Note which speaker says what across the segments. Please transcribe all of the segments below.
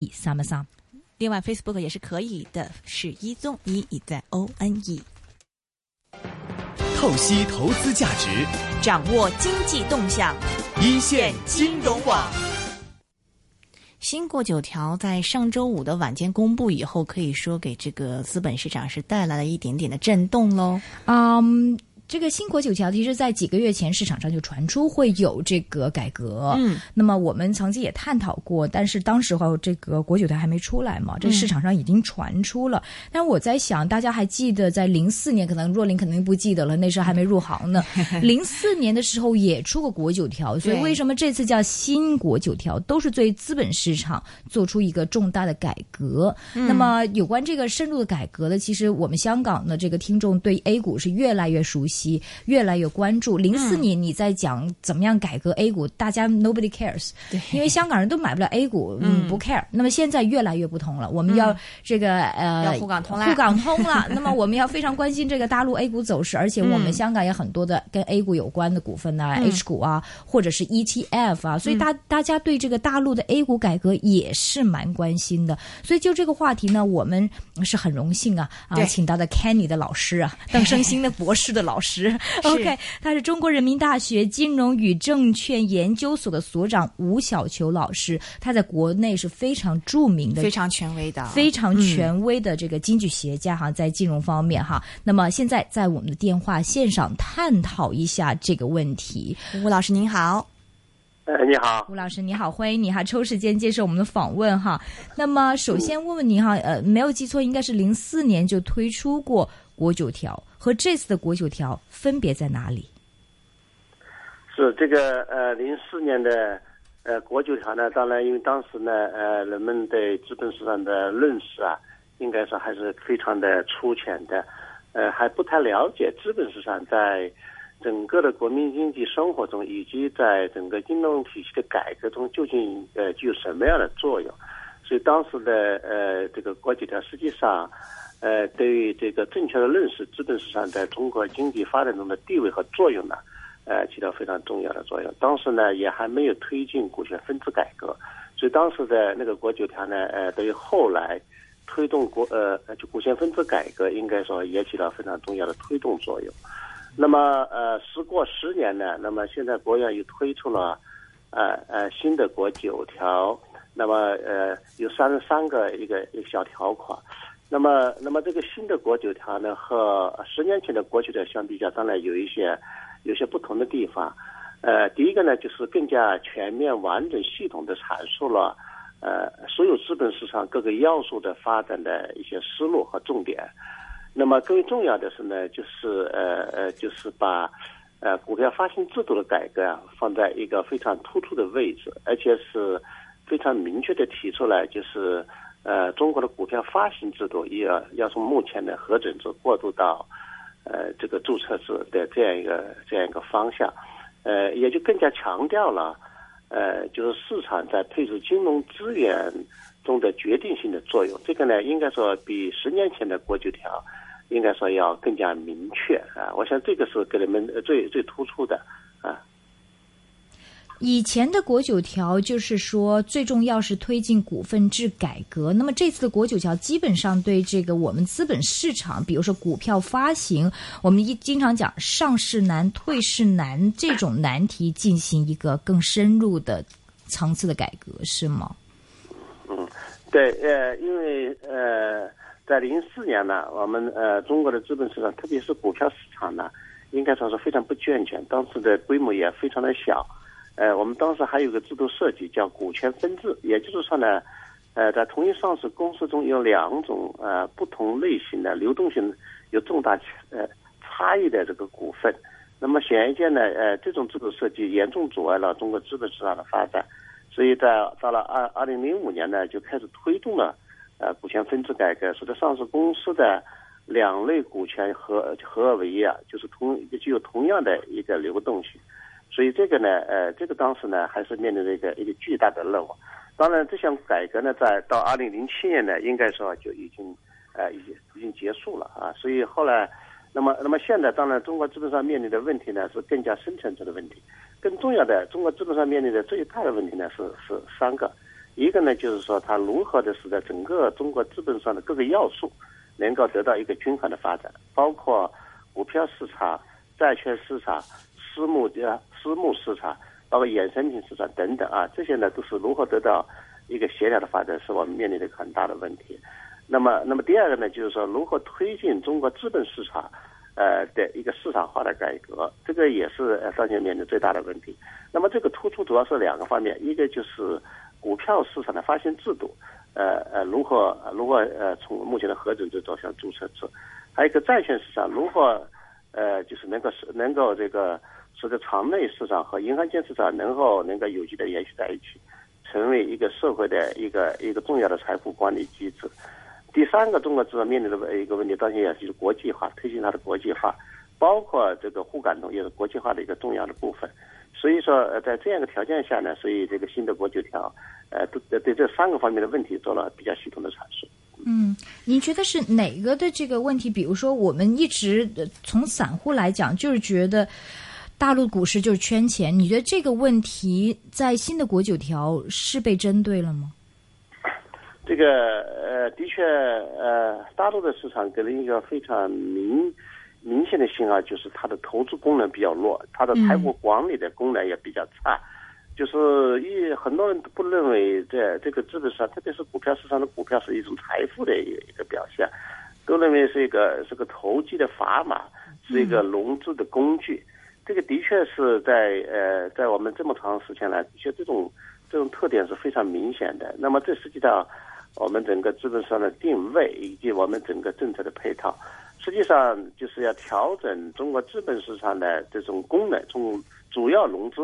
Speaker 1: 一三八三。
Speaker 2: 另外，Facebook 也是可以的，是一宗一已在 O N E，
Speaker 3: 透析投资价值，
Speaker 2: 掌握经济动向，
Speaker 3: 一线金融网。
Speaker 2: 新国九条在上周五的晚间公布以后，可以说给这个资本市场是带来了一点点的震动喽。
Speaker 1: 嗯，这个新国九条其实，在几个月前市场上就传出会有这个改革。
Speaker 2: 嗯，
Speaker 1: 那么我们曾经也探讨过，但是当时候这个国九条还没出来嘛，这
Speaker 2: 嗯
Speaker 1: 市场上已经传出了。但我在想，大家还记得在零四年，可能若琳肯定不记得了，那时候还没入行 呢。零四年的时候也出过国九条，所以
Speaker 2: 对
Speaker 1: 为什么这次叫新国九条，都是对资本市场做出一个重大的改革。
Speaker 2: 嗯
Speaker 1: 那么有关这个深入的改革呢，其实我们香港的这个听众对 A 股是越来越熟悉，越来越关注。零四年你在讲怎么样改革 A 股，大家 nobody cares，
Speaker 2: 对
Speaker 1: 因为香港人都买不了 A 股，嗯，不 care。那么现在越来越不同了，我们要这个
Speaker 2: 嗯要
Speaker 1: 呃
Speaker 2: 沪港通啦
Speaker 1: 沪港通了。 那么我们要非常关心这个大陆 A 股走
Speaker 2: 嗯
Speaker 1: 势，而且我们香港也很多的跟 A 股有关的股份啊、
Speaker 2: 嗯
Speaker 1: h 股啊，或者是 ETF 啊，所以大大家对这个大陆的 A 股改革也是蛮关心的。所以就这个话题呢，我们是很荣幸啊啊
Speaker 2: 对，
Speaker 1: 请到的 Kenny 的老师 啊，邓生新的博士的老师，OK，他是中国人民大学金融与证券研究所的所长吴小球老师，他在国内是非常著名的
Speaker 2: 非常权威的，啊
Speaker 1: 非常权威的这个经济学家哈，在金融方面哈。那么现在在我们的电话线上探讨一下这个问题。
Speaker 2: 吴老师您好，
Speaker 4: 哎，你好，
Speaker 1: 吴老师你好，欢迎你哈，抽时间接受我们的访问哈。那么首先问问您哈，呃，没有记错，应该是零四年就推出过国九条，和这次的国九条分别在哪里？
Speaker 4: 是这个呃，零四年的呃国九条呢，当然因为当时呢，呃，人们对资本市场的认识啊，应该说还是非常的粗浅的，呃，还不太了解资本市场在整个的国民经济生活中，以及在整个金融体系的改革中究竟呃具有什么样的作用。所以当时的呃这个国九条实际上，呃对于这个正确的认识资本市场在中国经济发展中的地位和作用呢，呃起到非常重要的作用。当时呢也还没有推进股权分置改革，所以当时的那个国九条呢，呃对于后来推动国呃就股权分置改革，应该说也起到非常重要的推动作用。那么呃，时过十年呢，那么现在国务院又推出了呃呃新的国九条，那么呃有三十三个一个一个小条款。那么，那么这个新的国九条呢，和十年前的国九条相比较，当然有一些有些不同的地方。呃，第一个呢，就是更加全面、完整、系统的阐述了呃所有资本市场各个要素的发展的一些思路和重点。那么更重要的是呢，就是呃呃，就是把呃股票发行制度的改革啊，放在一个非常突出的位置，而且是非常明确的提出来，就是呃中国的股票发行制度也要要从目前的核准制过渡到呃这个注册制的这样一个这样一个方向，呃也就更加强调了。呃，就是市场在配置金融资源中的决定性的作用。这个呢，应该说比十年前的国九条，应该说要更加明确啊。我想这个是给人们呃最最突出的啊。
Speaker 1: 以前的国九条就是说，最重要是推进股份制改革。那么这次的国九条基本上对这个我们资本市场，比如说股票发行，我们一经常讲上市难、退市难这种难题进行一个更深入的层次的改革，是吗？
Speaker 4: 对，呃，因为呃，在零四年呢，我们呃中国的资本市场，特别是股票市场呢，应该说是非常不健全，当时的规模也非常的小。呃，我们当时还有个制度设计叫股权分置，也就是说呢，呃，在同一上市公司中有两种呃不同类型的流动性有重大呃差异的这个股份。那么显而易见呢，呃，这种制度设计严重阻碍了中国资本市场的发展。所以在到了二二零零五年呢，就开始推动了呃股权分置改革，使得上市公司的两类股权合合二为一啊，就是同具有同样的一个流动性。所以这个呢，呃，这个当时呢还是面临着一个一个巨大的任务。当然，这项改革呢，在到二零零七年呢，应该说就已经呃已经已经结束了啊。所以后来，那么那么现在，当然中国资本上面临的问题呢是更加深层次的问题。更重要的，中国资本上面临的最大的问题呢是是三个，一个呢就是说它如何的使得整个中国资本上的各个要素能够得到一个均衡的发展，包括股票市场、债券市场、私募呃私募市场，包括衍生品市场等等啊，这些呢都是如何得到一个协调的发展，是我们面临的一个很大的问题。那么，那么第二个呢，就是说如何推进中国资本市场，呃的一个市场化的改革，这个也是呃当前面临最大的问题。那么这个突出主要是两个方面，一个就是股票市场的发行制度，呃呃如何如何呃从目前的核准制走向注册制，还有一个债券市场如何呃就是能够是能够这个使得场内市场和银行间市场能够能够有机的延续在一起，成为一个社会的一个一个重要的财富管理机制。第三个，中国资本面临的一个问题，当前也就是国际化，推进它的国际化，包括这个沪港通也是国际化的一个重要的部分。所以说，呃，在这样一个条件下呢，所以这个新的国九条，呃，对对这三个方面的问题做了比较系统的阐述。
Speaker 1: 嗯，您觉得是哪个的这个问题？比如说，我们一直呃从散户来讲，就是觉得大陆股市就是圈钱，你觉得这个问题在新的国九条是被针对了吗？
Speaker 4: 这个呃，的确，呃，大陆的市场给人一个非常明明显的信号，就是它的投资功能比较弱，它的财务管理的功能也比较差。就是一很多人都不认为这这个资本市场，特别是股票市场的股票是一种财富的一个一个表现，都认为是一个是个投机的砝码，是一个融资的工具。这个的确是在呃，在我们这么长时间来，的确这种这种特点是非常明显的。那么这实际上。我们整个资本市场的定位以及我们整个政策的配套，实际上就是要调整中国资本市场的这种功能，从主要融资，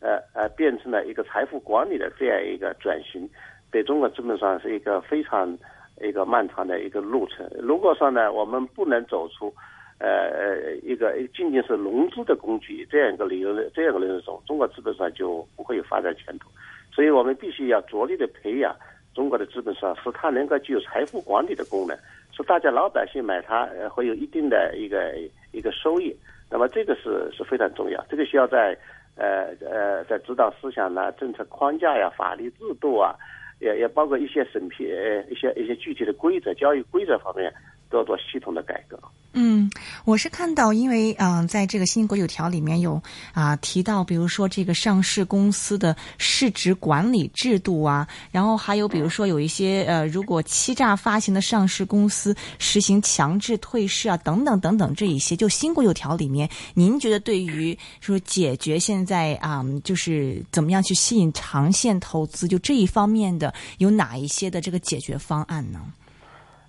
Speaker 4: 呃呃，变成了一个财富管理的这样一个转型，对中国资本市场是一个非常一个漫长的一个路程。如果说呢，我们不能走出，呃呃，一个仅仅是融资的工具这样一个理论这样一个理论中，中国资本市场就不会有发展前途。所以我们必须要着力的培养。中国的资本市场是它能够具有财富管理的功能，是大家老百姓买它呃会有一定的一个一个收益，那么这个是是非常重要，这个需要在呃呃在指导思想啦、政策框架呀、法律制度啊，也也包括一些审批呃一些一些具体的规则、交易规则方面都要做系统的改革。
Speaker 2: 嗯，我是看到，因为嗯、呃在这个新国有条里面有啊、提到，比如说这个上市公司的市值管理制度啊，然后还有比如说有一些呃，如果欺诈发行的上市公司实行强制退市啊，等等等等这一些，就新国有条里面，您觉得对于说解决现在啊、嗯就是怎么样去吸引长线投资，就这一方面的有哪一些的这个解决方案呢？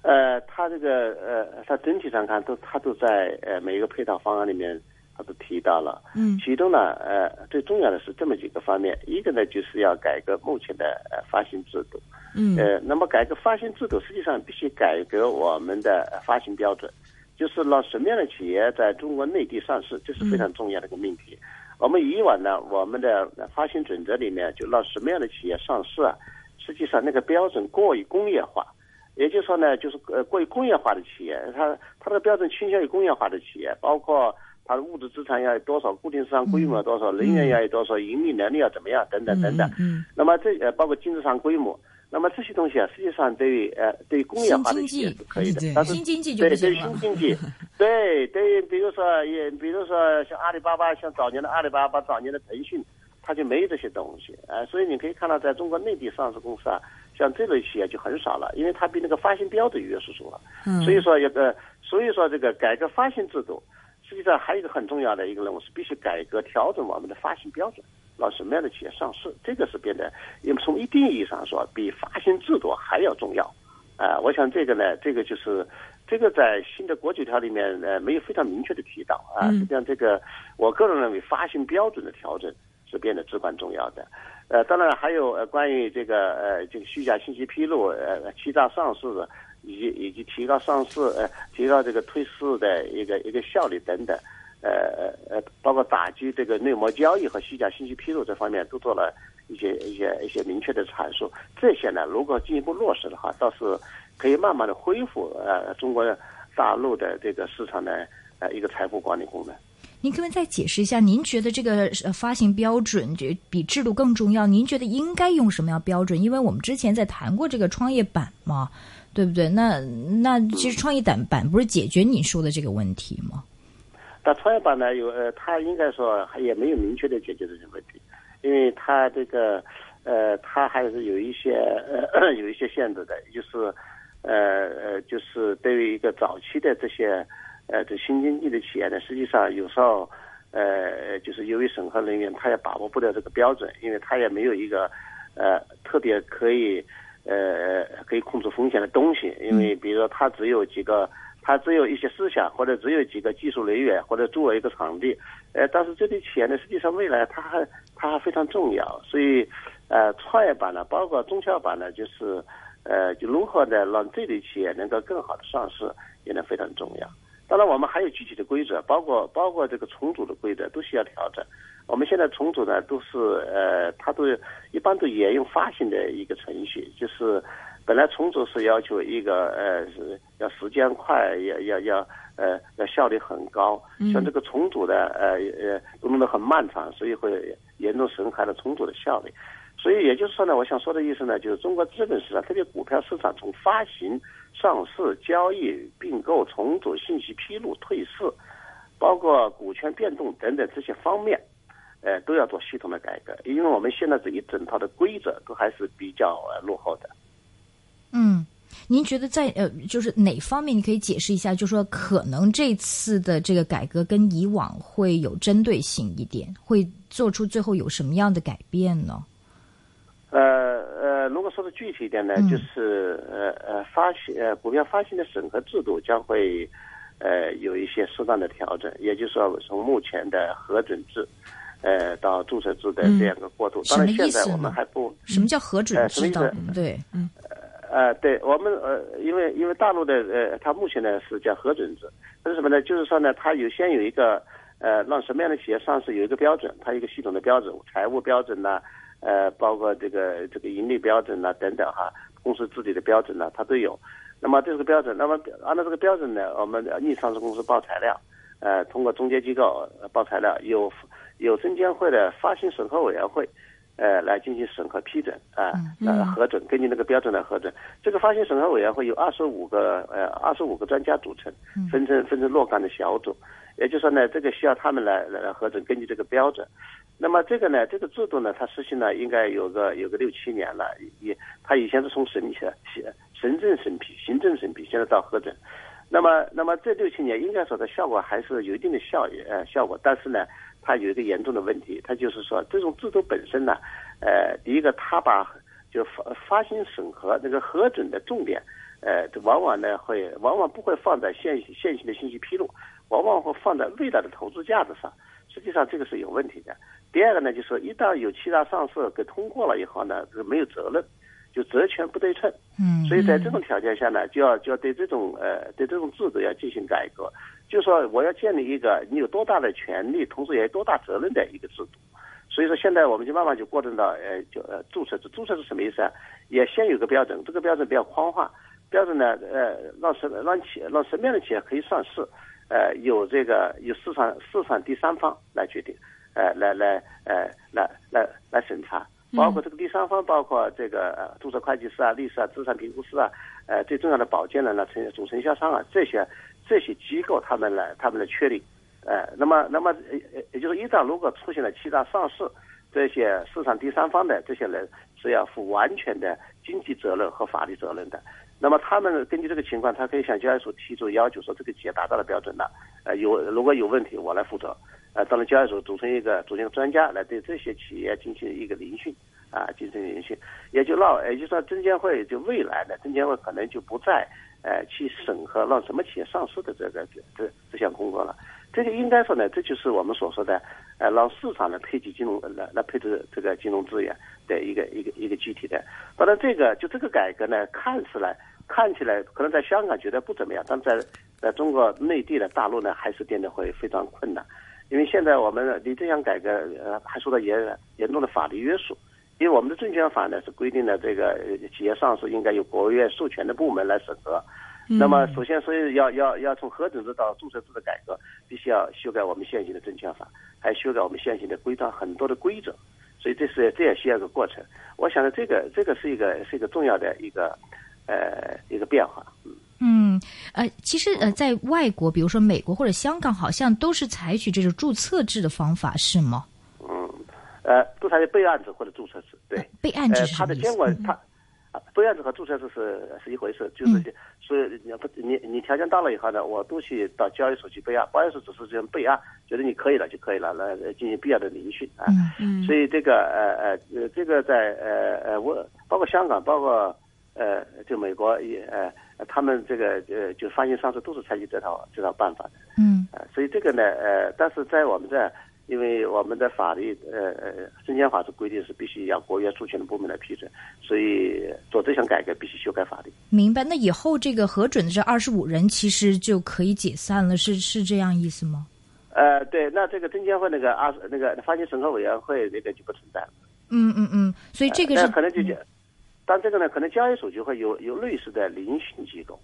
Speaker 4: 呃，它这个呃，它整体上看都它都在呃每一个配套方案里面，它都提到了。
Speaker 2: 嗯
Speaker 4: 其中呢，呃，最重要的是这么几个方面，一个呢就是要改革目前的呃发行制度。
Speaker 2: 嗯
Speaker 4: 呃，那么改革发行制度，实际上必须改革我们的呃发行标准，就是让什么样的企业在中国内地上市，这是非常重要的一个命题。我们以往呢，我们的呃发行准则里面就让什么样的企业上市啊，实际上那个标准过于工业化，也就是说呢，就是呃过于工业化的企业，它它的标准倾向于工业化的企业，包括它的物质资产要有多少，固定资产规模要多少，人员要有多少，盈利能力要怎么样，等等等等。
Speaker 2: 嗯
Speaker 4: 呃那么这呃包括经济上规模，那么这些东西啊，实际上对于呃对于工业化的企业是可以的
Speaker 2: 新经济，
Speaker 4: 但
Speaker 1: 嗯
Speaker 4: 是
Speaker 1: 新经济就
Speaker 4: 对
Speaker 1: 不行
Speaker 4: 对于新
Speaker 1: 了。
Speaker 4: 经 济，对对于比如说呃也比如说像阿里巴巴，像早年的阿里巴巴，早年的腾讯，它就没有这些东西，呃，所以你可以看到在中国内地上市公司啊，像这类企业就很少了，因为它被那个发行标准约束住了。
Speaker 2: 嗯
Speaker 4: 所以说有个，所以说这个改革发行制度，实际上还有一个很重要的一个任务是必须改革调整我们的发行标准，让什么样的企业上市，这个是变得，因为从一定意义上说，比发行制度还要重要。啊、我想这个呢，这个就是这个在新的国九条里面呃没有非常明确的提到啊，
Speaker 2: 嗯
Speaker 4: 实际上这个我个人认为发行标准的调整是变得至关重要的。呃，当然还有呃关于这个呃这个虚假信息披露、呃欺诈上市的，以及以及提高上市呃提高这个退市的一个一个效率等等，呃呃呃，包括打击这个内幕交易和虚假信息披露这方面都做了一些一些一些明确的阐述。这些呢，如果进一步落实的话，倒是可以慢慢的恢复呃中国大陆的这个市场的呃一个财富管理功能。
Speaker 1: 您可不可以再解释一下？您觉得这个呃发行标准就比制度更重要？您觉得应该用什么样标准？因为我们之前在谈过这个创业板嘛，对不对？那那其实创业板板不是解决你说的这个问题吗？
Speaker 4: 那创业板呢，有呃，它应该说还也没有明确的解决这些问题，因为它这个呃，它还是有一些呃 有一些限制的，就是呃呃，就是对于一个早期的这些呃这新经济的企业呢，实际上有时候呃就是由于审核人员他也把握不了这个标准，因为他也没有一个呃特别可以呃可以控制风险的东西，因为比如说他只有几个。它只有一些思想，或者只有几个技术人员，或者作为一个场地，呃，但是这类企业呢，实际上未来它还它还非常重要，所以，呃，创业板呢，包括中小板呢，就是，呃，就如何呢让这类企业能够更好的上市，也能非常重要。当然，我们还有具体的规则，包括包括这个重组的规则都需要调整。我们现在重组呢，都是呃，它都一般都沿用发行的一个程序，就是本来重组是要求一个呃是要时间快，要要要呃要效率很高，像这个重组的呃呃都弄得很漫长，所以会严重损害了重组的效率。所以也就是说呢，我想说的意思呢，就是中国资本市场，特别股票市场，从发行、上市、交易、并购、重组、信息披露、退市，包括股权变动等等这些方面，呃，都要做系统的改革，因为我们现在这一整套的规则都还是比较呃落后的。
Speaker 1: 嗯，您觉得在呃，就是哪方面你可以解释一下？就说可能这次的这个改革跟以往会有针对性一点，会做出最后有什么样的改变呢？
Speaker 4: 呃呃，如果说的具体一点呢，
Speaker 1: 嗯
Speaker 4: 就是呃呃发行呃股票发行的审核制度将会呃有一些适当的调整，也就是说从目前的核准制呃到注册制的这样一个过渡。
Speaker 1: 嗯什
Speaker 4: 当
Speaker 1: 么
Speaker 4: 然现
Speaker 1: 意
Speaker 4: 在
Speaker 1: 思
Speaker 4: 我们
Speaker 1: 呢
Speaker 4: 还不
Speaker 1: 什么叫核准
Speaker 4: 呃
Speaker 1: 制度
Speaker 4: 什么意？思
Speaker 1: 对，
Speaker 4: 呃，对我们呃，因为因为大陆的呃，它目前呢是叫核准制，它是什么呢？就是说呢，它有先有一个呃，让什么样的企业上市有一个标准，它有一个系统的标准，财务标准呐、呃，包括这个这个盈利标准呐、等等哈，公司治理的标准呐、它都有。那么这个标准，那么按照这个标准呢，我们呃逆上市公司报材料，呃，通过中介机构呃报材料，有有证监会的发行审核委员会，呃，来进行审核批准啊，呃，核准，根据那个标准来核准。这个发行审核委员会有二十五个呃二十五个专家组成，分成分成若干的小组，也就是说呢，这个需要他们来来来核准，根据这个标准。那么这个呢，这个制度呢，它实行了应该有个有个六七年了，也它以前是从审批行政审批、行政审批，现在到核准。那么，那么这六七年应该说的效果还是有一定的效呃效果，但是呢，它有一个严重的问题，它就是说这种制度本身呢，呃，第一个它把就发发行审核那个核准的重点，呃，往往呢会往往不会放在现现行的信息披露，往往会放在未来的投资价值上，实际上这个是有问题的。第二个呢，就是一旦有欺诈上市给通过了以后呢，这个没有责任，就责权不对称。
Speaker 1: 嗯，
Speaker 4: 所以在这种条件下呢，就要就要对这种呃对这种制度要进行改革，就说我要建立一个你有多大的权利，同时也有多大责任的一个制度。所以说现在我们就慢慢就过渡到呃就呃注册制，注册是什么意思啊？也先有个标准，这个标准比较宽化，标准呢呃让什让企让什么样的企业可以上市，呃有这个有市场市场第三方来决定，呃来来呃来来来审查。包括这个第三方，包括这个呃注册会计师啊、律师啊、资产评估师啊，呃，最重要的保荐人呢、承总承销商啊，这些这些机构他们来他们来确定，呃，那么那么呃呃也就是一旦如果出现了欺诈上市，这些市场第三方的这些人是要负完全的经济责任和法律责任的。那么他们根据这个情况，他可以向交易所提出要求，说这个企业达到了标准了，呃，有如果有问题我来负责。呃，当然交易所组成一个组成一个专家来对这些企业进行一个聆讯。啊，进行聆讯，也就让，也就是说，证监会就未来的证监会可能就不再呃去审核让什么企业上市的这个这这这项工作了。这个应该说呢，这就是我们所说的呃让市场来配置金融来来配置这个金融资源的一个一个一个具体的。当然，这个就这个改革呢，看起来看起来可能在香港觉得不怎么样，但在在中国内地的大陆呢，还是变得会非常困难，因为现在我们离这项改革呃还受到严严重的法律约束。因为我们的证券法呢是规定了这个呃企业上市应该由国务院授权的部门来审核，那么，首先是要要要从合整制到注册制的改革，必须要修改我们现行的证券法，还修改我们现行的规章很多的规则，所以这是这也需要一个过程。我想呢，这个这个是一个是一个重要的一个呃一个变化。
Speaker 1: 嗯，呃，其实呃，在外国，比如说美国或者香港，好像都是采取这种注册制的方法，是吗？
Speaker 4: 嗯，呃，都采取备案制或者注册制，对。
Speaker 1: 备案制
Speaker 4: 呃
Speaker 1: 是，
Speaker 4: 它
Speaker 1: 啊什么
Speaker 4: 的
Speaker 1: 意
Speaker 4: 监
Speaker 1: 思？嗯
Speaker 4: 管它。啊备案制和注册制是是一回事，就是
Speaker 1: 嗯
Speaker 4: 所以你不你你条件到了以后呢，我都去到交易所去备案，交易所只是这样备案，觉得你可以了就可以了，来来进行必要的聆讯啊。
Speaker 1: 嗯
Speaker 4: 所以这个呃呃呃，这个在呃呃我包括香港，包括呃就美国也呃他们这个呃就发行上市都是采取这套这套呃办法的。
Speaker 1: 嗯
Speaker 4: 呃，所以这个呢，呃，但是在我们这儿，因为我们的法律，呃，呃，证监法是规定是必须要国务院授权的部门来批准，所以做这项改革必须修改法律。
Speaker 1: 明白。那以后这个核准的这二十五人，其实就可以解散了，是是这样意思吗？
Speaker 4: 呃，对，那这个证监会那个二十那个发行审核委员会那个就不存在了，
Speaker 1: 嗯嗯嗯，所以这个
Speaker 4: 呃那
Speaker 1: 是嗯
Speaker 4: 可能就叫，但这个呢，可能交易所就会有有类似的聆讯机构。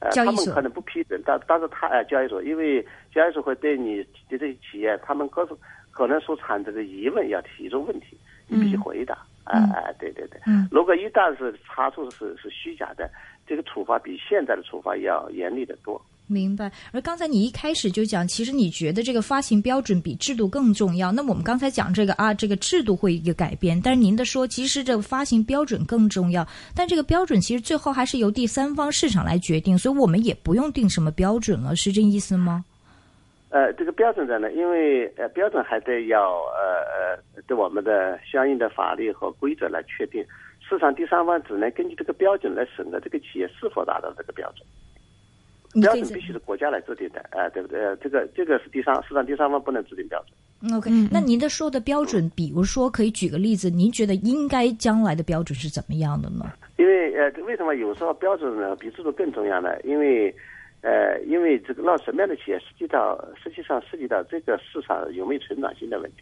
Speaker 4: 呃，
Speaker 1: 交易
Speaker 4: 他们
Speaker 1: 所
Speaker 4: 可能不批准，但但是他呃交易所，因为交易所会对你对这些企业，他们各种可能所产生的疑问要提出问题，你必须回答。哎、哎、对对对。
Speaker 1: 嗯
Speaker 4: 如果一旦是查出是是虚假的，这个处罚比现在的处罚要严厉得多。
Speaker 1: 明白。而刚才你一开始就讲，其实你觉得这个发行标准比制度更重要。那么我们刚才讲这个啊，这个制度会一个改变，但是您的说，其实这个发行标准更重要。但这个标准其实最后还是由第三方市场来决定，所以我们也不用定什么标准了，是这意思吗？
Speaker 4: 呃，这个标准在哪？因为呃，标准还得要呃呃，对我们的相应的法律和规则来确定。市场第三方只能根据这个标准来审核这个企业是否达到这个标准。
Speaker 1: 你
Speaker 4: 标
Speaker 1: 可以
Speaker 4: 准
Speaker 1: 再
Speaker 4: 必须是国家来制定的，哎、对不对？呃，这个这个是第三市场第三方不能制定标准。
Speaker 1: 嗯 OK，、那您的说的标准，比如说可以举个例子，您觉得应该将来的标准是怎么样的呢？
Speaker 4: 因为呃，为什么有时候标准呢比制度更重要呢？因为，呃，因为这个让什么样的企业涉及到，实际上涉及到这个市场有没有成长性的问题，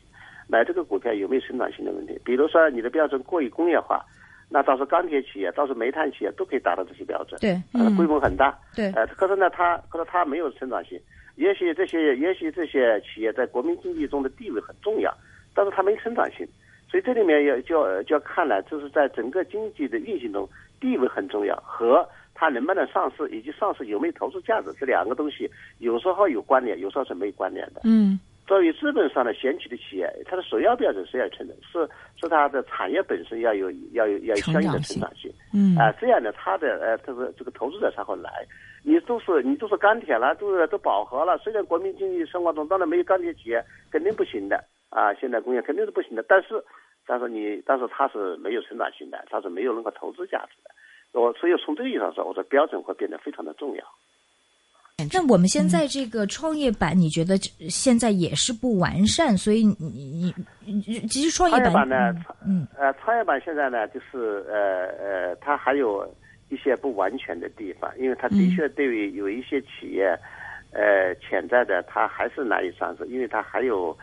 Speaker 4: 买这个股票有没有成长性的问题。比如说你的标准过于工业化，那到时候钢铁企业、到时候煤炭企业都可以达到这些标准，
Speaker 1: 对
Speaker 4: 呃，规模很大，
Speaker 1: 对
Speaker 4: 呃，可是呢，它可是它没有成长性。也许这些，也许这些企业在国民经济中的地位很重要，但是它没成长性，所以这里面也就要就要看了，就是在整个经济的运行中，地位很重要和它能不能上市以及上市有没有投资价值这两个东西，有时候有关联，有时候是没关联的。
Speaker 2: 嗯
Speaker 4: 作为资本上的选取的企业，它的首要标准是要成长，是是它的产业本身要有要有要有相应的成长性，
Speaker 2: 嗯
Speaker 4: 啊、这样呢，它的呃，这个这个投资者才会来。你都是你都是钢铁了，都是都饱和了。虽然国民经济生活中当然没有钢铁企业，肯定不行的啊，现代工业肯定是不行的。但是但是你但是它是没有成长性的，它是没有任何投资价值的。我所以从这个意义上说，我说标准会变得非常的重要。
Speaker 1: 那我们现
Speaker 4: 嗯
Speaker 1: 在这个创业板，你觉得这现在也是不完善，所以你你你其实创业
Speaker 4: 创业
Speaker 1: 板
Speaker 4: 板呢，
Speaker 1: 嗯，
Speaker 4: 呃，创业板现在呢，就是呃呃，它还有一些不完全的地方，因为它的确对于有一些企业，呃，潜在的它还是难以上市，因为它还有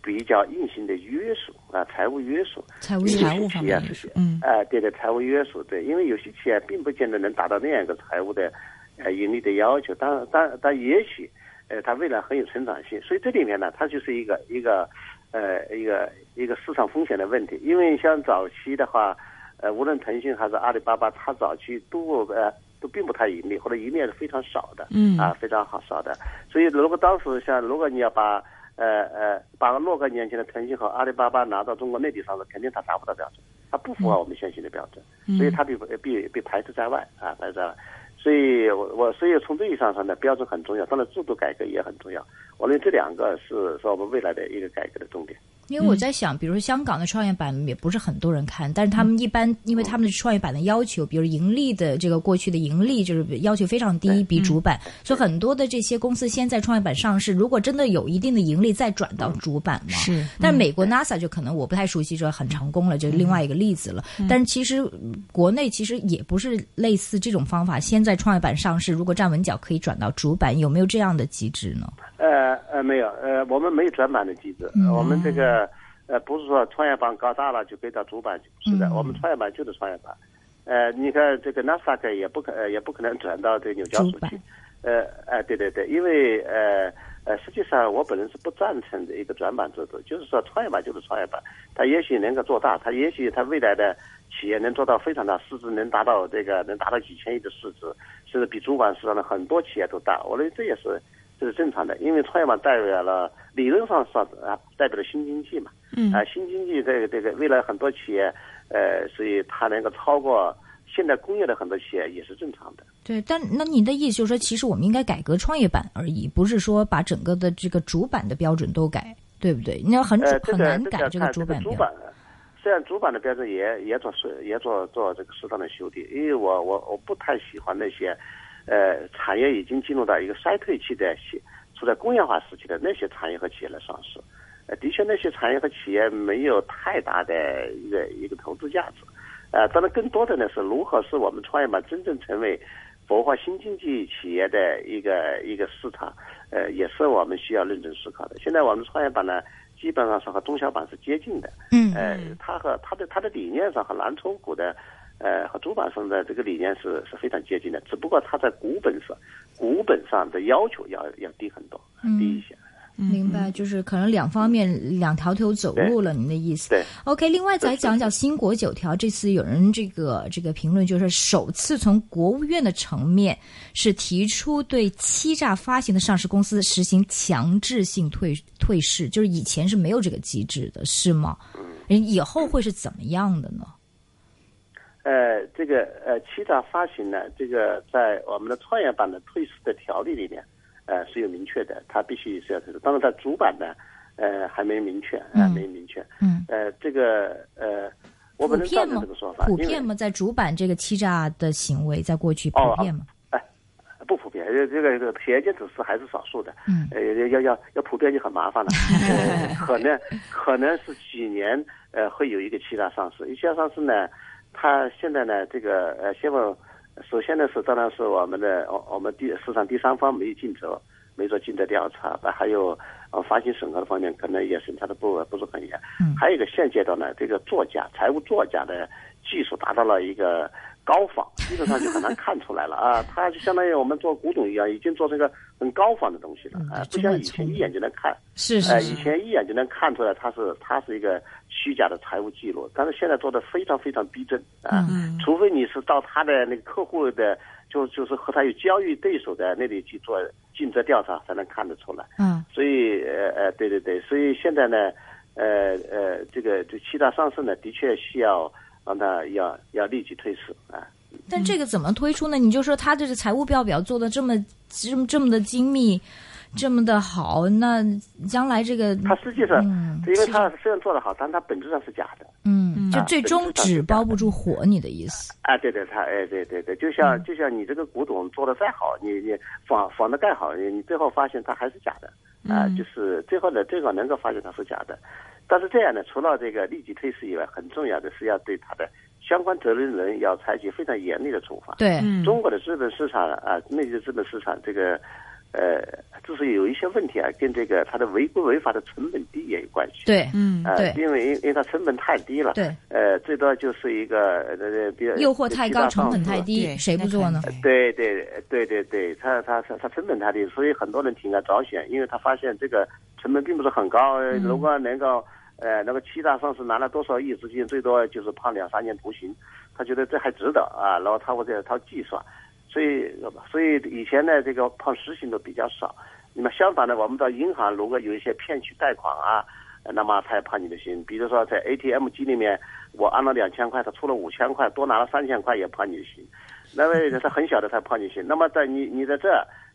Speaker 4: 比较硬性的约束啊、财务约束。
Speaker 1: 财务
Speaker 4: 有
Speaker 1: 业
Speaker 4: 些
Speaker 2: 财务方面
Speaker 4: 企业
Speaker 2: 也是嗯
Speaker 4: 哎、对的，财务约束，对，因为有些企业并不见得能达到那样一个财务的，呃，盈利的要求，当当但也许，呃，它未来很有成长性，所以这里面呢，它就是一个一个，呃，一个一个市场风险的问题，因为像早期的话，呃，无论腾讯还是阿里巴巴，它早期都呃都并不太盈利，或者盈利是非常少的，
Speaker 2: 嗯
Speaker 4: 啊，非常好少的。所以如果当时像如果你要把呃呃把若干年前的腾讯和阿里巴巴拿到中国内地上市，肯定它达不到标准，它不符合我们现行的标准，所以它被被被排斥在外啊，排斥在外。所以我我所以从这意义上说呢，标准很重要，当然制度改革也很重要。我认为这两个是是我们未来的一个改革的重点。
Speaker 1: 因为
Speaker 2: 嗯
Speaker 1: 我在想，比如说香港的创业板也不是很多人看，但是他
Speaker 2: 嗯
Speaker 1: 们一般因
Speaker 2: 哦
Speaker 1: 为他们的创业板的要求，比如盈利的这个过去的盈利就是要求非常低，
Speaker 2: 嗯
Speaker 1: 比主板，所以很多的这些公司先在创业板上市，如果真的有一定的盈利，再转到主板嘛。
Speaker 2: 是嗯
Speaker 1: 但美国 NASA 就可能我不太熟悉，这很成功了，就是另外一个例子了。但是其实嗯国内其实也不是类似这种方法，先在创业板上市，如果站稳脚可以转到主板，有没有这样的机制呢？
Speaker 4: 呃呃，没有，呃，我们没有转板的机制，我们这呃个呃不是说创业板搞大了就可以到主板，不是的，我们创业板就是创业板，呃，你看这个纳斯达克也不可、呃、也不可能转到这个纽交所去
Speaker 1: 主，
Speaker 4: 呃，哎、对对对，因为呃呃，实际上我本人是不赞成的一个转板制度，就是说创业板就是创业板，它也许能够做大，它也许它未来的企业能做到非常大，市值能达到这个能达到几千亿的市值，甚至比主管市场的很多企业都大，我认为这也是这是正常的，因为创业板代表了理论上算啊代表了新经济嘛，
Speaker 2: 嗯
Speaker 4: 啊，新经济这个这个未来很多企业，呃，所以它能够超过现代工业的很多企业也是正常的。
Speaker 1: 对，但那你的意思就是说，其实我们应该改革创业板而已，不是说把整个的这个主板的标准都改，对不对？那很、
Speaker 4: 呃，这
Speaker 1: 很
Speaker 4: 个
Speaker 1: 难
Speaker 4: 这
Speaker 1: 改
Speaker 4: 个
Speaker 1: 这
Speaker 4: 看
Speaker 1: 主
Speaker 4: 这个
Speaker 1: 板
Speaker 4: 主
Speaker 1: 标
Speaker 4: 板，虽然主板的标准也也做是也做做这个适当的修订，因为我我我不太喜欢那些，呃，产业已经进入到一个衰退期的企，处在工业化时期的那些产业和企业来上市。呃，的确，那些产业和企业没有太大的一个一个投资价值。呃，当然，更多的呢是如何使我们创业板真正成为孵化新经济企业的一个一个市场，呃，也是我们需要认真思考的。现在我们创业板呢，基本上是和中小板是接近的，
Speaker 1: 嗯
Speaker 4: 呃，它和它的它的理念上和蓝筹股的，呃，和主板上的这个理念是是非常接近的，只不过它在股本上，股本上的要求要要低很多，低一些。嗯
Speaker 1: 明白，就是可能两方面两条腿走路了，您的意思。
Speaker 4: 对
Speaker 1: OK，另外再讲讲新国九条，这次有人这个这个评论就是首次从国务院的层面是提出对欺诈发行的上市公司实行强制性退退市，就是以前是没有这个机制的，是吗？人以后会是怎么样的呢？
Speaker 4: 呃，这个呃，欺诈发行呢，这个在我们的创业板的退市的条例里面，呃，是有明确的，它必须是要退市。当然，在主板呢，呃，还没明确，呃，
Speaker 1: 嗯
Speaker 4: 没明确。
Speaker 1: 嗯，
Speaker 4: 呃，这个呃，我
Speaker 1: 普
Speaker 4: 本人
Speaker 1: 遍
Speaker 4: 赞成
Speaker 1: 吗
Speaker 4: 这个说法？，
Speaker 1: 普
Speaker 4: 因为
Speaker 1: 遍吗？在主板这个欺诈的行为，在过去普
Speaker 4: 哦
Speaker 1: 遍吗？
Speaker 4: 不普遍，这这个这个企业间只是还是少数的，
Speaker 1: 嗯
Speaker 4: 呃，要要要普遍就很麻烦了，呃、可能可能是几年呃会有一个欺诈上市，一欺诈上市呢，它现在呢这个呃先问，首先呢是当然是我们的我我们第市场第三方没有尽责，没做尽责调查，那还有呃发行审核的方面可能也审查的不不是很严，
Speaker 1: 嗯
Speaker 4: 还有一个现阶段呢这个作假财务作假的技术达到了一个高仿， 基本上就很难看出来了啊。它就相当于我们做古董一样，已经做成一个很高仿的东西了
Speaker 1: 嗯
Speaker 4: 啊，不
Speaker 1: 真的
Speaker 4: 像
Speaker 1: 很
Speaker 4: 以前
Speaker 1: 聪
Speaker 4: 一眼就能看。
Speaker 1: 是
Speaker 4: 呃，
Speaker 1: 是
Speaker 4: 以
Speaker 1: 是，
Speaker 4: 前一眼就能看出来它是它是一个虚假的财务记录，但是现在做的非常非常逼真啊，
Speaker 1: 嗯
Speaker 4: 除非你是到他的那个客户的，就就是和他有交易对手的那里去做尽责调查，才能看得出来。
Speaker 1: 嗯
Speaker 4: 所以呃呃，对对对，所以现在呢，呃呃，这个这七大上市呢，的确需要让它要要立即退市啊。
Speaker 1: 但这个怎么推出呢？你就说他这个财务报表做的这么这么这么的精密，这么的好，那将来这个
Speaker 4: 它实际上，
Speaker 1: 嗯
Speaker 4: 因为它虽然做得好，但它本质上是假的。
Speaker 1: 嗯，就
Speaker 4: 啊
Speaker 1: 最
Speaker 4: 这个
Speaker 1: 终
Speaker 4: 是这样
Speaker 1: 纸
Speaker 4: 的
Speaker 1: 包不住火，你的意思？
Speaker 4: 啊，对对，他哎，对对对，就像就像你这个古董做的再好，你你仿仿的再好，你你最后发现它还是假的，啊，就是最后呢，最后能够发现它是假的，但是这样呢，除了这个立即退市以外，很重要的是要对它的相关责任人要采取非常严厉的处罚。
Speaker 1: 对，
Speaker 2: 嗯
Speaker 4: 中国的资本市场啊，内地的资本市场这个，呃，之所以有一些问题啊，跟这个它的违规违法的成本低也有关系。
Speaker 1: 对
Speaker 2: 嗯
Speaker 4: 啊、
Speaker 1: 对
Speaker 4: 因为因为因为它成本太低了，
Speaker 1: 对，
Speaker 4: 呃，最多就是一个呃呃，比
Speaker 1: 诱惑太高，成本太。
Speaker 4: 比较上市
Speaker 1: 低，
Speaker 2: 对
Speaker 1: 谁不
Speaker 2: 那
Speaker 1: 做
Speaker 2: 肯
Speaker 1: 呢？
Speaker 2: 定
Speaker 4: 呃对对对对对，它它它它成本太低，所以很多人挺爱早选，因为他发现这个成本并不是很高，呃如果能够呃那个七大上市拿了多少亿资金，最多就是判两三年徒刑，他觉得这还值得啊，然后他会这他计算，所以呃所以以前呢这个判实刑的比较少，那么相反呢，我们到银行如果有一些骗取贷款啊，呃那么他也判你的刑，比如说在 ATM 机里面我按了两千块，他出了五千块，多拿了三千块也判你的刑。那么他很小的才判你刑。那么在你你在这，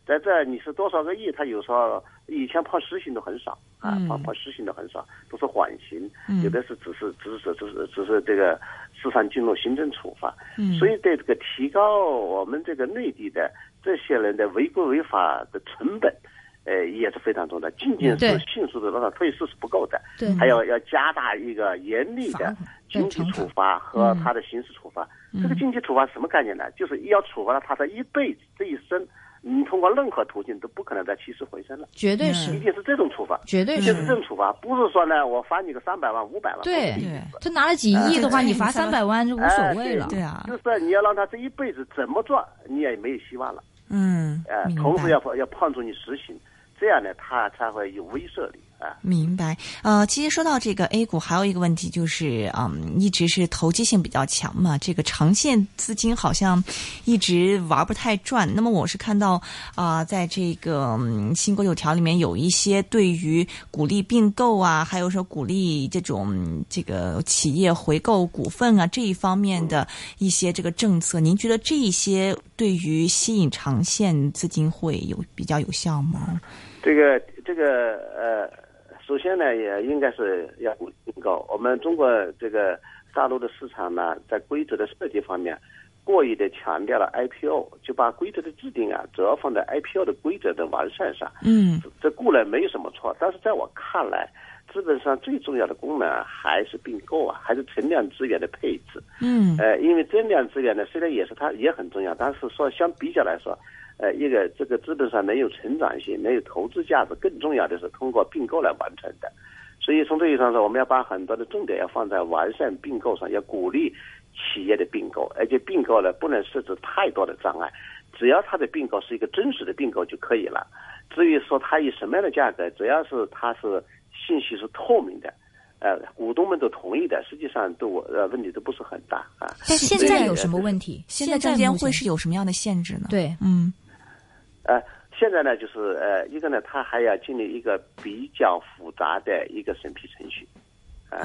Speaker 4: 在这你是多少个亿？他有时候以前判实刑都很少啊，判判实刑都很少，都是缓刑，有的是只是只是只是只是这个市场进入行政处罚。所以对这个提高我们这个内地的这些人的违规违法的成本。呃，也是非常重要的。仅仅
Speaker 1: 对嗯
Speaker 4: 是迅速的让他退市是不够的，
Speaker 1: 对
Speaker 4: 还要要加大一个严厉的经济处罚和他的刑事处罚。这个经济处罚是什么概念呢？就是要处罚了他的一辈子这一生，你通过任何途径都不可能再起死回生了，
Speaker 1: 绝对
Speaker 4: 一
Speaker 1: 是，
Speaker 4: 定是这种处罚，
Speaker 1: 绝对
Speaker 4: 一
Speaker 1: 是
Speaker 4: 定。是这种处罚，不是说呢我罚你个三百万、五百万，
Speaker 1: 对
Speaker 2: 对
Speaker 1: 他拿了几亿的话，
Speaker 2: 呃
Speaker 1: 啊你罚三百万就无所谓了。
Speaker 2: 对啊，
Speaker 4: 哎就是你要让他这一辈子怎么做，你也没有希望了。
Speaker 2: 嗯
Speaker 4: 呃，，
Speaker 2: 明
Speaker 4: 同
Speaker 2: 白
Speaker 4: 时。要要判处你实刑，这样呢，他才会有威慑力啊。
Speaker 2: 明白，呃，其实说到这个 A 股，还有一个问题就是，嗯，一直是投机性比较强嘛，这个长线资金好像一直玩不太转。那么我是看到啊、在这个、嗯新国有条里面有一些对于鼓励并购啊，还有说鼓励这种嗯这个企业回购股份啊这一方面的一些这个政策，您觉得这一些对于吸引长线资金会有比较有效吗？
Speaker 4: 这个这个呃，首先呢，也应该是要鼓励并购。我们中国这个大陆的市场呢，在规则的设计方面，过于的强调了 IPO，就把规则的制定啊，主要放在 IPO 的规则的完善上。
Speaker 2: 嗯
Speaker 4: 这固然没有什么错，但是在我看来，资本上最重要的功能啊还是并购啊，还是存量资源的配置。
Speaker 2: 嗯
Speaker 4: 呃，因为增量资源呢，虽然也是它也很重要，但是说相比较来说，呃，一个这个资本上能有成长性、能有投资价值，更重要的是通过并购来完成的。所以从这意义上说，我们要把很多的重点要放在完善并购上，要鼓励企业的并购，而且并购呢不能设置太多的障碍，只要它的并购是一个真实的并购就可以了。至于说它以什么样的价格，只要是它是信息是透明的，呃，股东们都同意的，实际上对我呃问题都不是很大啊。
Speaker 1: 但现在有什么问题？
Speaker 2: 现在证
Speaker 1: 证
Speaker 2: 监
Speaker 1: 监
Speaker 2: 会是有什么样的限制呢？，
Speaker 1: 对
Speaker 2: 嗯
Speaker 4: 呃，现在呢，就是呃，一个呢，它还要经历一个比较复杂的一个审批程序。啊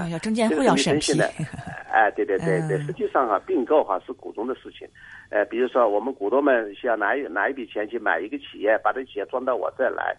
Speaker 2: 哎呀，证监会要审批
Speaker 4: 这，个东西呢哎，对对对对，
Speaker 2: 嗯
Speaker 4: 实际上啊，并购哈、是股东的事情。呃，比如说我们股东们需要拿一拿一笔钱去买一个企业，把这企业装到我这儿来。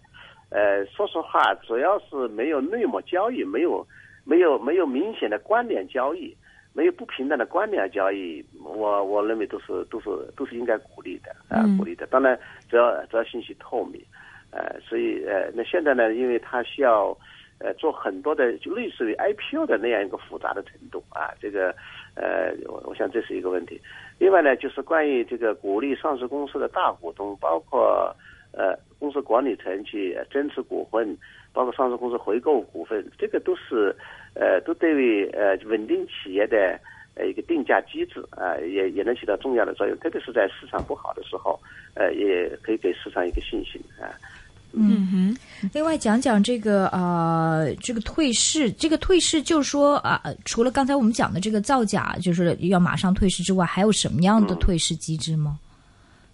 Speaker 4: 呃，说实话，只要是没有内幕交易，没有没有没有明显的关联交易，没有不平等的关联交易，我我认为都是都是都是应该鼓励的啊、
Speaker 2: 嗯
Speaker 4: 鼓励的。当然，只要只要信息透明，呃，所以呃，那现在呢，因为它需要呃做很多的，就类似于 IPO 的那样一个复杂的程度啊，这个呃，我我想这是一个问题。另外呢，就是关于这个鼓励上市公司的大股东，包括呃公司管理层去增持股份，包括上市公司回购股份，这个都是呃都对于呃稳定企业的。呃，一个定价机制啊、也也能起到重要的作用，特别是在市场不好的时候，呃，也可以给市场一个信心啊。
Speaker 2: 嗯
Speaker 1: 另外讲讲这个呃，这个退市，这个退市就是说啊、呃除了刚才我们讲的这个造假，就是要马上退市之外，还有什么样的退市机制吗？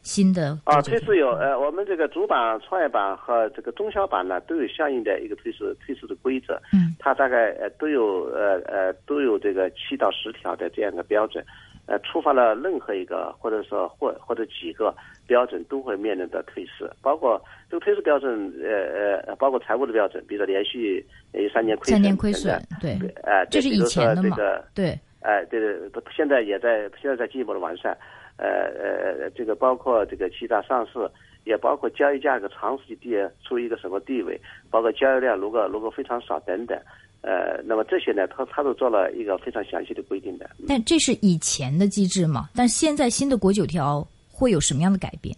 Speaker 1: 新的
Speaker 4: 啊，
Speaker 1: 嗯退
Speaker 4: 退
Speaker 1: 市
Speaker 4: 市有呃，我们这个主板、创业板和这个中小板呢，都有相应的一个退市退市的规则。
Speaker 2: 嗯，
Speaker 4: 它大概呃都有呃呃都有这个七到十条的这样一个标准，呃，触发了任何一个或者说或或者几个标准都会面临的退市，包括这个退市标准呃呃包括财务的标准，比如说连续呃三年亏
Speaker 1: 三
Speaker 4: 损等等，
Speaker 1: 年亏损，对
Speaker 4: 对，哎、
Speaker 1: 这
Speaker 4: 对
Speaker 1: 是
Speaker 4: 比
Speaker 1: 以
Speaker 4: 如说
Speaker 1: 前的嘛
Speaker 4: 这个
Speaker 1: 对，
Speaker 4: 哎，对对，不现在也在现在在进一步的完善，呃呃，这个包括这个七大上市，也包括交易价格长期地处于一个什么地位，包括交易量如果如果非常少等等，呃，那么这些呢，他他都做了一个非常详细的规定的。
Speaker 1: 但这是以前的机制嘛？但现在新的国九条会有什么样的改变？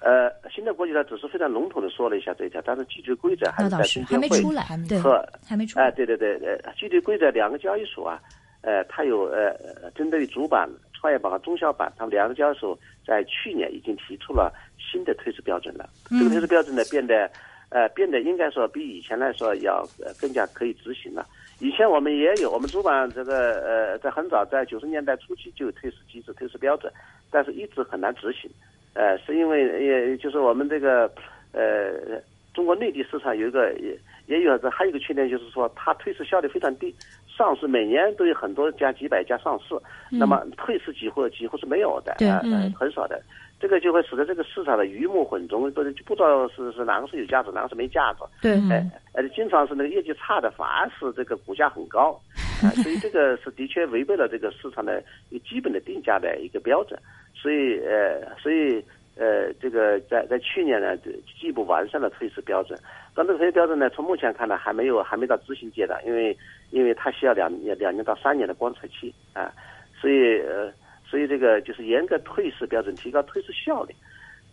Speaker 4: 呃，新的国际呢只是非常笼统的说了一下这一条，但是具体规则还
Speaker 1: 那
Speaker 4: 是在
Speaker 1: 倒是
Speaker 4: 证
Speaker 1: 还
Speaker 4: 监
Speaker 1: 没
Speaker 4: 会
Speaker 1: 出来
Speaker 2: 还没，
Speaker 1: 对
Speaker 4: 和，
Speaker 1: 还没出
Speaker 4: 哎、
Speaker 1: 来，
Speaker 4: 对对对，呃，具体规则两个交易所啊，呃，它有呃，呃针对于主板、创业板和中小板，他们两个交易所在去年已经提出了新的退市标准了。这个退市标准呢，变得呃，变得应该说比以前来说要、呃、更加可以执行了。以前我们也有，我们主板这个呃，在很早在九十年代初期就有退市机制、退市标准，但是一直很难执行。呃，是因为也就是我们这个呃，中国内地市场有一个也也有这还有一个缺点就是说它退市效率非常低，上市每年都有很多家几百家上市，那么退市几乎几乎是没有的，
Speaker 1: 嗯对
Speaker 4: 啊
Speaker 2: 嗯
Speaker 4: 呃很少的。这个就会使得这个市场的鱼目混淆，不是就不知道是是哪个是有价值，哪个是没价值。
Speaker 1: 对，嗯
Speaker 4: 哎，而且经常是那个业绩差的，反而是这个股价很高，啊、所以这个是的确违背了这个市场的一个基本的定价的一个标准，所以呃，所以呃，这个在在去年呢，这进一步完善了退市标准，但这个退市标准呢，从目前看呢，还没有还没到执行阶段，因为因为它需要两两年到三年的观察期啊，所以呃，所以这个就是严格退市标准，提高退市效率。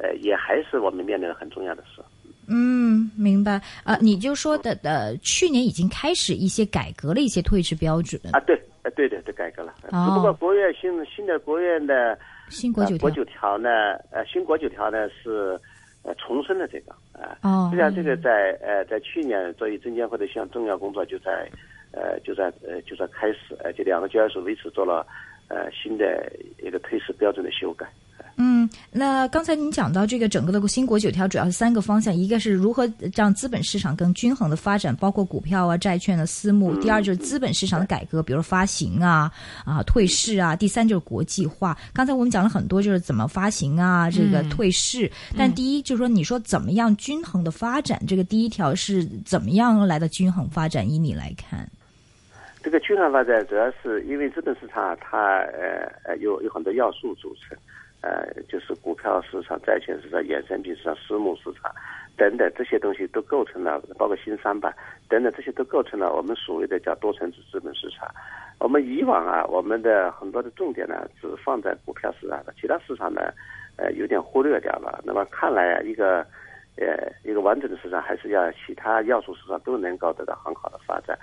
Speaker 4: 呃，也还是我们面临的很重要的事。
Speaker 1: 嗯，明白。呃，你就说的呃，去年已经开始一些改革了一些退市标准，
Speaker 4: 啊，对，呃，对的，对改革了。
Speaker 1: 哦
Speaker 4: 只不过国务院新新的国务院的
Speaker 1: 新国
Speaker 4: 呃
Speaker 1: 九条
Speaker 4: 国。九条呢，呃，新国九条呢是呃重申了这个啊。
Speaker 1: 哦
Speaker 4: 实际上，这个在呃在去年作为证监会的一项重要工作就在呃就在呃就在开始，呃，这两个交易所为此做了呃新的一个退市标准的修改。
Speaker 1: 嗯，那刚才您讲到这个整个的新国九条主要是三个方向，一个是如何让资本市场更均衡的发展，包括股票啊、债券啊、私募；第二就是资本市场的改革，比如发行啊、啊退市啊；第三就是国际化。刚才我们讲了很多，就是怎么发行啊，这个退市。但第一就是说，你说怎么样均衡的发展，这个第一条是怎么样来的均衡发展？以你来看，
Speaker 4: 这个均衡发展主要是因为资本市场它呃呃有有很多要素组成，呃就是股票市场、债券市场、衍生品市场、私募市场等等这些东西都构成了，包括新三板等等这些都构成了我们所谓的叫多层次资本市场。我们以往啊，我们的很多的重点呢只放在股票市场上，其他市场呢呃有点忽略掉了。那么看来啊，一个呃一个完整的市场还是要其他要素市场都能够得到很好的发展。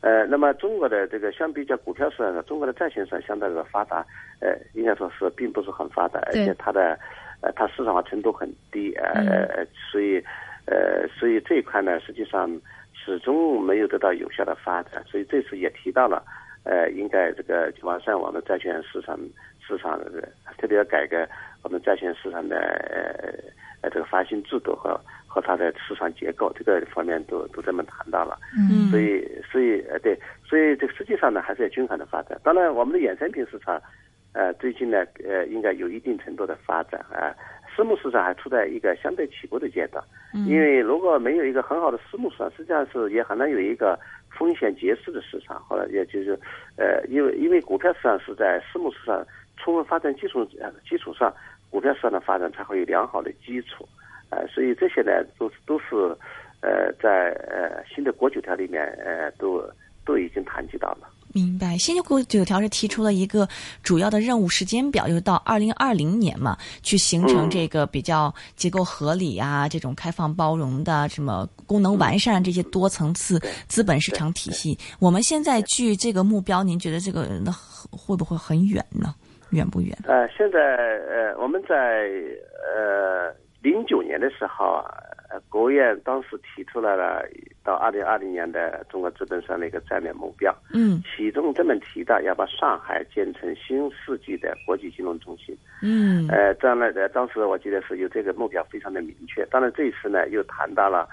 Speaker 4: 呃，那么中国的这个相比较股票市场呢，中国的债券市场相对来说发达，呃，应该说是并不是很发达，而
Speaker 1: 对
Speaker 4: 且它的呃它市场化程度很低，呃，呃所以呃所以这一块呢，实际上始终没有得到有效的发展，所以这次也提到了，呃，应该这个完善我们债券市场市场的，特别要改革我们债券市场的呃呃这个发行制度和和它的市场结构这个方面都都这么谈到了。
Speaker 1: 嗯
Speaker 4: 所以，所以，呃，对，所以这个实际上呢，还是要均衡的发展。当然，我们的衍生品市场，呃，最近呢，呃，应该有一定程度的发展啊。私募市场还处在一个相对起步的阶段，因为如果没有一个很好的私募市场，实际上是也很难有一个风险节制的市场。后来也就是，呃，因为因为股票市场是在私募市场充分发展基础呃基础上，股票市场的发展才会有良好的基础。呃，所以这些呢，都是都是呃，在呃新的国九条里面，呃，都都已经谈及到了。
Speaker 2: 明白，新国九条是提出了一个主要的任务时间表，就是到二零二零年嘛，去形
Speaker 4: 嗯
Speaker 2: 成这个比较结构合理啊，这种开放包容的、什么功
Speaker 4: 嗯
Speaker 2: 能完善啊这些多层次资本市场体系。我们现在距这个目标，您觉得这个那会不会很远呢？远不远？
Speaker 4: 呃，现在呃，我们在呃零九年的时候啊，呃国务院当时提出来了到二零二零年的中国资本市场的一个战略目标，
Speaker 2: 嗯
Speaker 4: 其中专门提到要把上海建成新世纪的国际金融中心。
Speaker 2: 嗯
Speaker 4: 呃，当然呃，当时我记得是有这个目标非常的明确。当然这一次呢，又谈到了，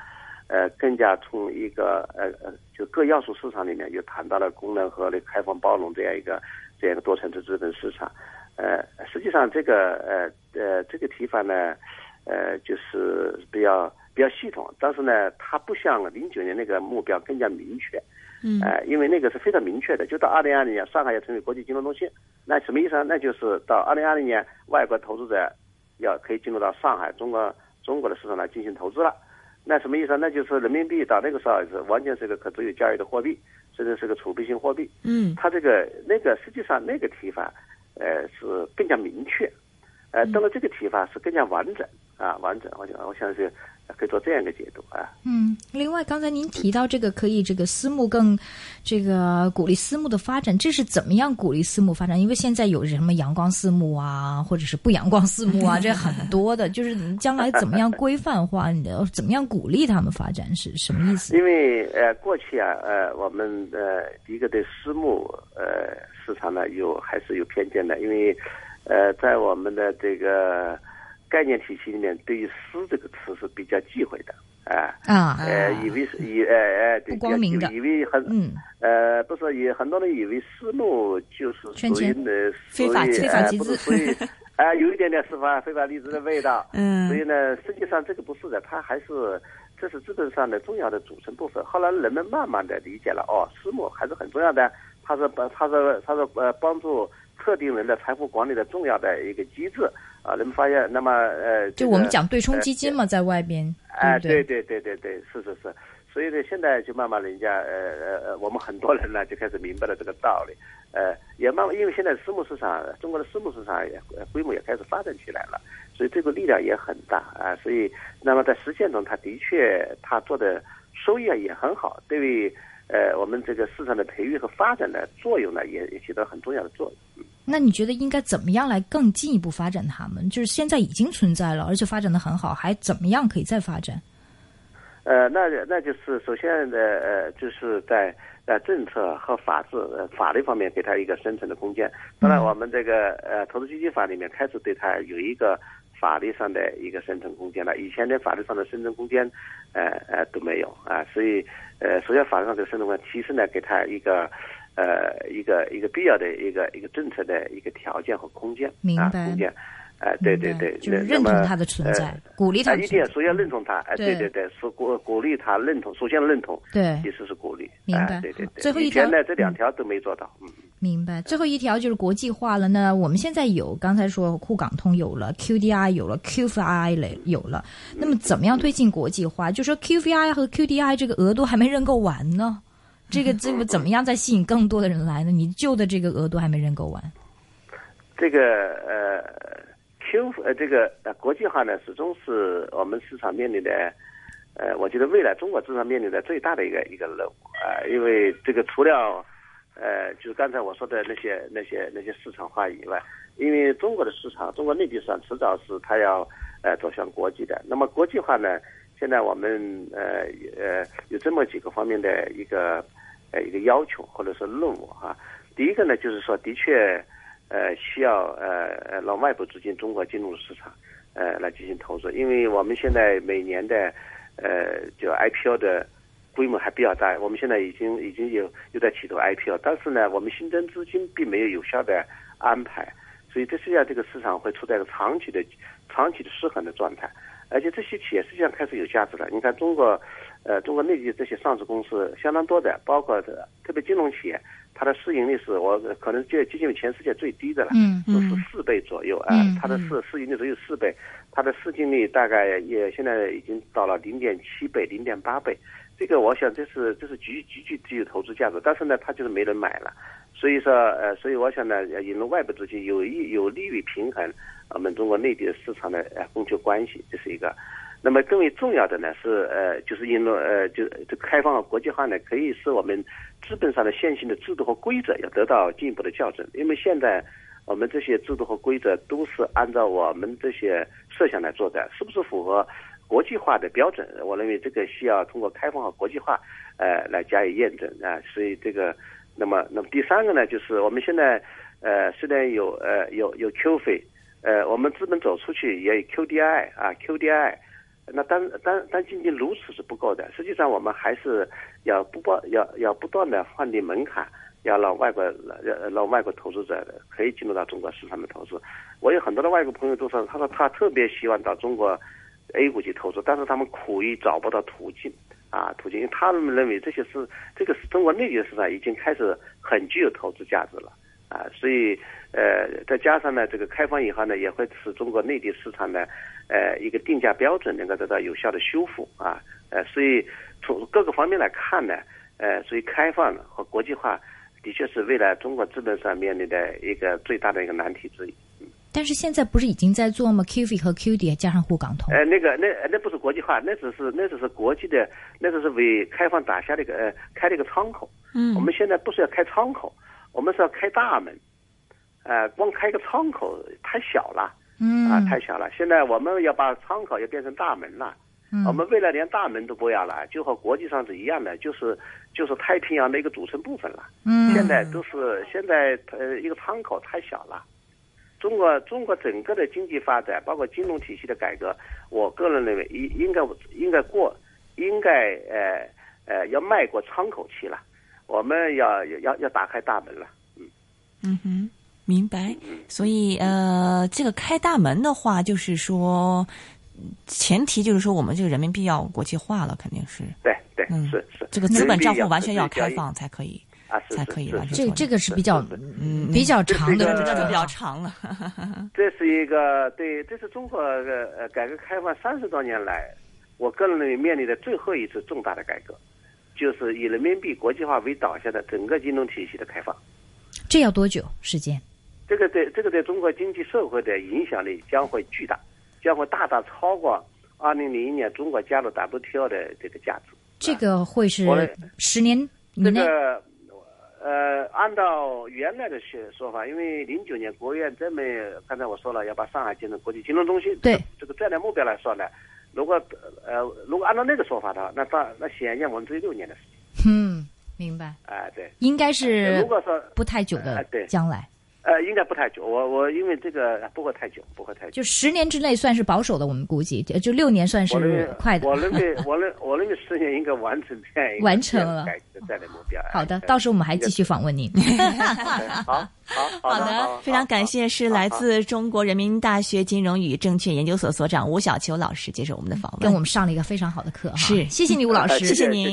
Speaker 4: 呃，更加从一个呃呃，就各要素市场里面又谈到了功能和那个开放包容这样一个这样一个多层次资本市场。呃，实际上这个呃呃这个提法呢，呃，就是比较比较系统，但是呢，它不像零九年那个目标更加明确。
Speaker 2: 嗯
Speaker 4: 呃，因为那个是非常明确的，就到二零二零年，上海要成为国际金融中心，那什么意思呢？那就是到二零二零年，外国投资者要可以进入到上海中国中国的市场来进行投资了。那什么意思呢？那就是人民币到那个时候是完全是个可自由交易的货币，甚至是个储备性货币。
Speaker 2: 嗯
Speaker 4: 它这个那个实际上那个提法，呃，是更加明确，呃，那么这个提法是更加完整啊，完整。我想我想是可以做这样一个解读啊。
Speaker 1: 嗯，另外，刚才您提到这个可以这个私募更这个鼓励私募的发展，这是怎么样鼓励私募发展？因为现在有什么阳光私募啊，或者是不阳光私募啊，这很多的，就是你将来怎么样规范化，你的怎么样鼓励他们发展是什么意思？
Speaker 4: 因为呃，过去啊，呃，我们呃，第一个对私募呃市场呢有还是有偏见的，因为呃，在我们的这个概念体系里面，对于“私”这个词是比较忌讳的 啊。
Speaker 1: 啊，
Speaker 4: 呃，以为是以呃呃，对
Speaker 1: 不光明的
Speaker 4: 以为以为很
Speaker 1: 嗯，
Speaker 4: 呃，不是也很多人以为私募就是
Speaker 1: 圈
Speaker 4: 属于呃
Speaker 1: 钱
Speaker 4: 呢
Speaker 2: 非法集
Speaker 1: 非
Speaker 4: 非
Speaker 1: 法
Speaker 4: 法
Speaker 1: 集
Speaker 4: 不是
Speaker 1: 资
Speaker 4: 属于啊、有一点点司法非法集资的味道。
Speaker 2: 嗯
Speaker 4: 所以呢，实际上这个不是的，它还是这是资本上的重要的组成部分。后来人们慢慢的理解了，哦，私募还是很重要的，它是帮它是它是呃帮助特定人的财富管理的重要的一个机制啊。人们发现，那么呃，
Speaker 1: 就
Speaker 4: 这个
Speaker 1: 我们讲对冲基金嘛，在外边，
Speaker 4: 哎，
Speaker 1: 对
Speaker 4: 对
Speaker 1: 不
Speaker 4: 对对对对，是是是。所以呢，现在就慢慢人家呃呃呃，我们很多人呢就开始明白了这个道理。呃，也慢慢，因为现在私募市场，中国的私募市场也呃规模也开始发展起来了，所以这个力量也很大啊。所以，那么在实践中，它的确它做的收益啊也很好，对于呃我们这个市场的培育和发展的作用呢，也也起到很重要的作用。
Speaker 1: 那你觉得应该怎么样来更进一步发展它们？就是现在已经存在了，而且发展的很好，还怎么样可以再发展？
Speaker 4: 呃，那那就是首先呢，呃，就是在呃政策和法治、呃、法律方面给它一个生存的空间。
Speaker 1: 嗯
Speaker 4: 当然，我们这个呃投资基金法里面开始对它有一个法律上的一个生存空间了，以前连法律上的生存空间，呃呃都没有啊。所以，呃，首先法律上这个生存空间，其次呢，给它一个呃一个一个必要的一个一个政策的一个条件和空间
Speaker 1: 明
Speaker 4: 啊
Speaker 1: 白
Speaker 4: 空间。哎、对对对，
Speaker 1: 就是
Speaker 4: 那
Speaker 1: 认同
Speaker 4: 么
Speaker 1: 它的存
Speaker 4: 呃
Speaker 1: 在，鼓励它
Speaker 4: 啊，
Speaker 1: 的
Speaker 4: 一
Speaker 1: 存
Speaker 4: 定
Speaker 1: 在。
Speaker 4: 首先认同他，哎，对
Speaker 1: 对
Speaker 4: 对对，是鼓鼓励他认同，首先认同，
Speaker 1: 对
Speaker 4: 其次是鼓励，
Speaker 1: 明白
Speaker 4: 哎对对
Speaker 1: 好
Speaker 4: 对，
Speaker 1: 最后一
Speaker 4: 以前
Speaker 1: 条
Speaker 4: 呢，这两条都没做到，嗯，
Speaker 1: 明白。最后一条就是国际化了。那我们现在有刚才说沪港通有了，QDI 有了，QFI 了有了。那么怎么样推进国际化？就说 QFI 和 QDI 这个额度还没认购完呢，这个这个怎么样再吸引更多的人来呢？你旧的这个额度还没认购完，
Speaker 4: 这个呃 Q 呃这个呃国际化呢，始终是我们市场面临的，呃，我觉得未来中国市场面临的最大的一个一个任务啊、因为这个除了呃，就是刚才我说的那些那些那些市场化以外，因为中国的市场，中国内地市场迟早是它要呃走向国际的。那么国际化呢，现在我们呃呃有这么几个方面的一个呃一个要求或者是任务啊。第一个呢，就是说的确呃需要呃呃让外部资金中国进入市场呃来进行投资，因为我们现在每年的呃就 IPO 的。规模还比较大，我们现在已经已经有又在启动 IPO，但是呢，我们新增资金并没有有效的安排，所以这实际上这个市场会处在一个长期的长期的失衡的状态，而且这些企业实际上开始有价值了。你看中国，呃，中国内地这些上市公司相当多的，包括这特别金融企业，它的市盈率是我可能就接近于全世界最低的了，
Speaker 1: 嗯
Speaker 4: 都是四倍左右啊、
Speaker 1: 嗯
Speaker 4: 它的市市盈率只有四倍，它的市净率大概也现在已经到了零点七倍、零点八倍。这个我想这是这是极极具具有投资价值，但是呢，它就是没人买了。所以说，呃，所以我想呢，呃引入外部资金有益有利于平衡我们中国内地的市场的呃供求关系，这是一个。那么更为重要的呢是呃，就是引入呃，就这个开放和国际化呢，可以使我们资本上的现行的制度和规则要得到进一步的校正，因为现在我们这些制度和规则都是按照我们这些设想来做的，是不是符合国际化的标准？我认为这个需要通过开放和国际化，呃，来加以验证啊。所以这个，那么，那么第三个呢，就是我们现在，呃，虽然有呃有有 Q 费，呃，我们资本走出去也有 QDI 啊 QDI。那单单单仅仅如此是不够的，实际上我们还是要不断要要不断的换低门槛，要让外国呃让让外国投资者可以进入到中国市场的投资。我有很多的外国朋友都说，他说他特别希望到中国 A 股去投资，但是他们苦于找不到途径啊途径，因为他们认为这些是这个是中国内地的市场已经开始很具有投资价值了。啊，所以呃，再加上呢，这个开放以后呢，也会使中国内地市场呢，呃，一个定价标准能够得到有效的修复啊，呃，所以从各个方面来看呢，呃，所以开放和国际化的确是未来中国资本上面临的一个最大的一个难题之一。
Speaker 1: 但是现在不是已经在做吗？QF 和 QD 加上沪港通，
Speaker 4: 呃，那个，那那不是国际化，那只是那只是国际的，那只是为开放打下了一个呃开了一个窗口。嗯，我们现在不是要开窗口，我们是要开大门。呃，光开一个窗口太小了。
Speaker 1: 嗯
Speaker 4: 啊，太小了。现在我们要把窗口也变成大门了。
Speaker 1: 嗯
Speaker 4: 我们未来连大门都不要了，就和国际上是一样的，就是就是太平洋的一个组成部分了。
Speaker 1: 嗯
Speaker 4: 现在都是现在呃一个窗口太小了。中国中国整个的经济发展，包括金融体系的改革，我个人认为应应该应该过，应该呃呃要迈过窗口期了，我们要要要打开大门了。
Speaker 2: 嗯哼，明白。所以呃，这个开大门的话，就是说，前提就是说我们这个人民币要国际化了，肯定是
Speaker 4: 对对
Speaker 2: 嗯，
Speaker 4: 是是，
Speaker 2: 这个资本账户完全
Speaker 4: 人
Speaker 2: 要
Speaker 4: 民币
Speaker 2: 开
Speaker 4: 要
Speaker 2: 放才可以。
Speaker 4: 啊，是
Speaker 2: 才
Speaker 4: 是
Speaker 2: 可以
Speaker 4: 是
Speaker 2: 完成
Speaker 1: 这这个是比较
Speaker 4: 是是
Speaker 2: 嗯，
Speaker 1: 比较长的
Speaker 4: 这
Speaker 1: 路程
Speaker 4: 个
Speaker 2: 这
Speaker 1: 啊，
Speaker 2: 就比较长了。
Speaker 4: 这是一个对，这是中国呃呃改革开放三十多年来，我个人认为面临的最后一次重大的改革，就是以人民币国际化为导向的整个金融体系的开放。
Speaker 1: 这要多久时间？
Speaker 4: 这个对这个对中国经济社会的影响力将会巨大，将会大大超过二零零一年中国加入 WTO 的这个价值。
Speaker 1: 这个会
Speaker 4: 我
Speaker 1: 是十年以
Speaker 4: 这
Speaker 1: 内？
Speaker 4: 个呃，按照原来的说说法，因为零九年国务院专门刚才我说了要把上海建成国际金融中心，
Speaker 1: 对
Speaker 4: 这个战略目标来说呢，如果呃如果按照那个说法的话，那当那显然我们只有六年的事情
Speaker 1: 嗯，明白，
Speaker 4: 啊、对。
Speaker 1: 应该是
Speaker 4: 哎如果说
Speaker 1: 不太久
Speaker 4: 呃
Speaker 1: 的
Speaker 4: 对
Speaker 1: 将来，
Speaker 4: 呃，应该不太久，我我因为这个不会太久，不会太久。
Speaker 1: 就十年之内算是保守的，我们估计就就六年算
Speaker 4: 我
Speaker 1: 是
Speaker 4: 认
Speaker 1: 快的
Speaker 4: 我。认 为，我认我认为十年应该完成这样一个
Speaker 1: 完成了
Speaker 4: 改革战略目标。
Speaker 1: 好的，
Speaker 4: 哎
Speaker 1: 到时候我们还继续访问 您。
Speaker 4: 好好好
Speaker 2: 好的，非常感。谢是来自中国人民大学金融与证券研究所所长吴晓秋老师接受我们的访问，
Speaker 1: 跟我们上了一个非常好的课哈，
Speaker 2: 是
Speaker 1: 谢谢你，吴老
Speaker 4: 呃
Speaker 1: 师，
Speaker 4: 谢
Speaker 2: 谢谢您。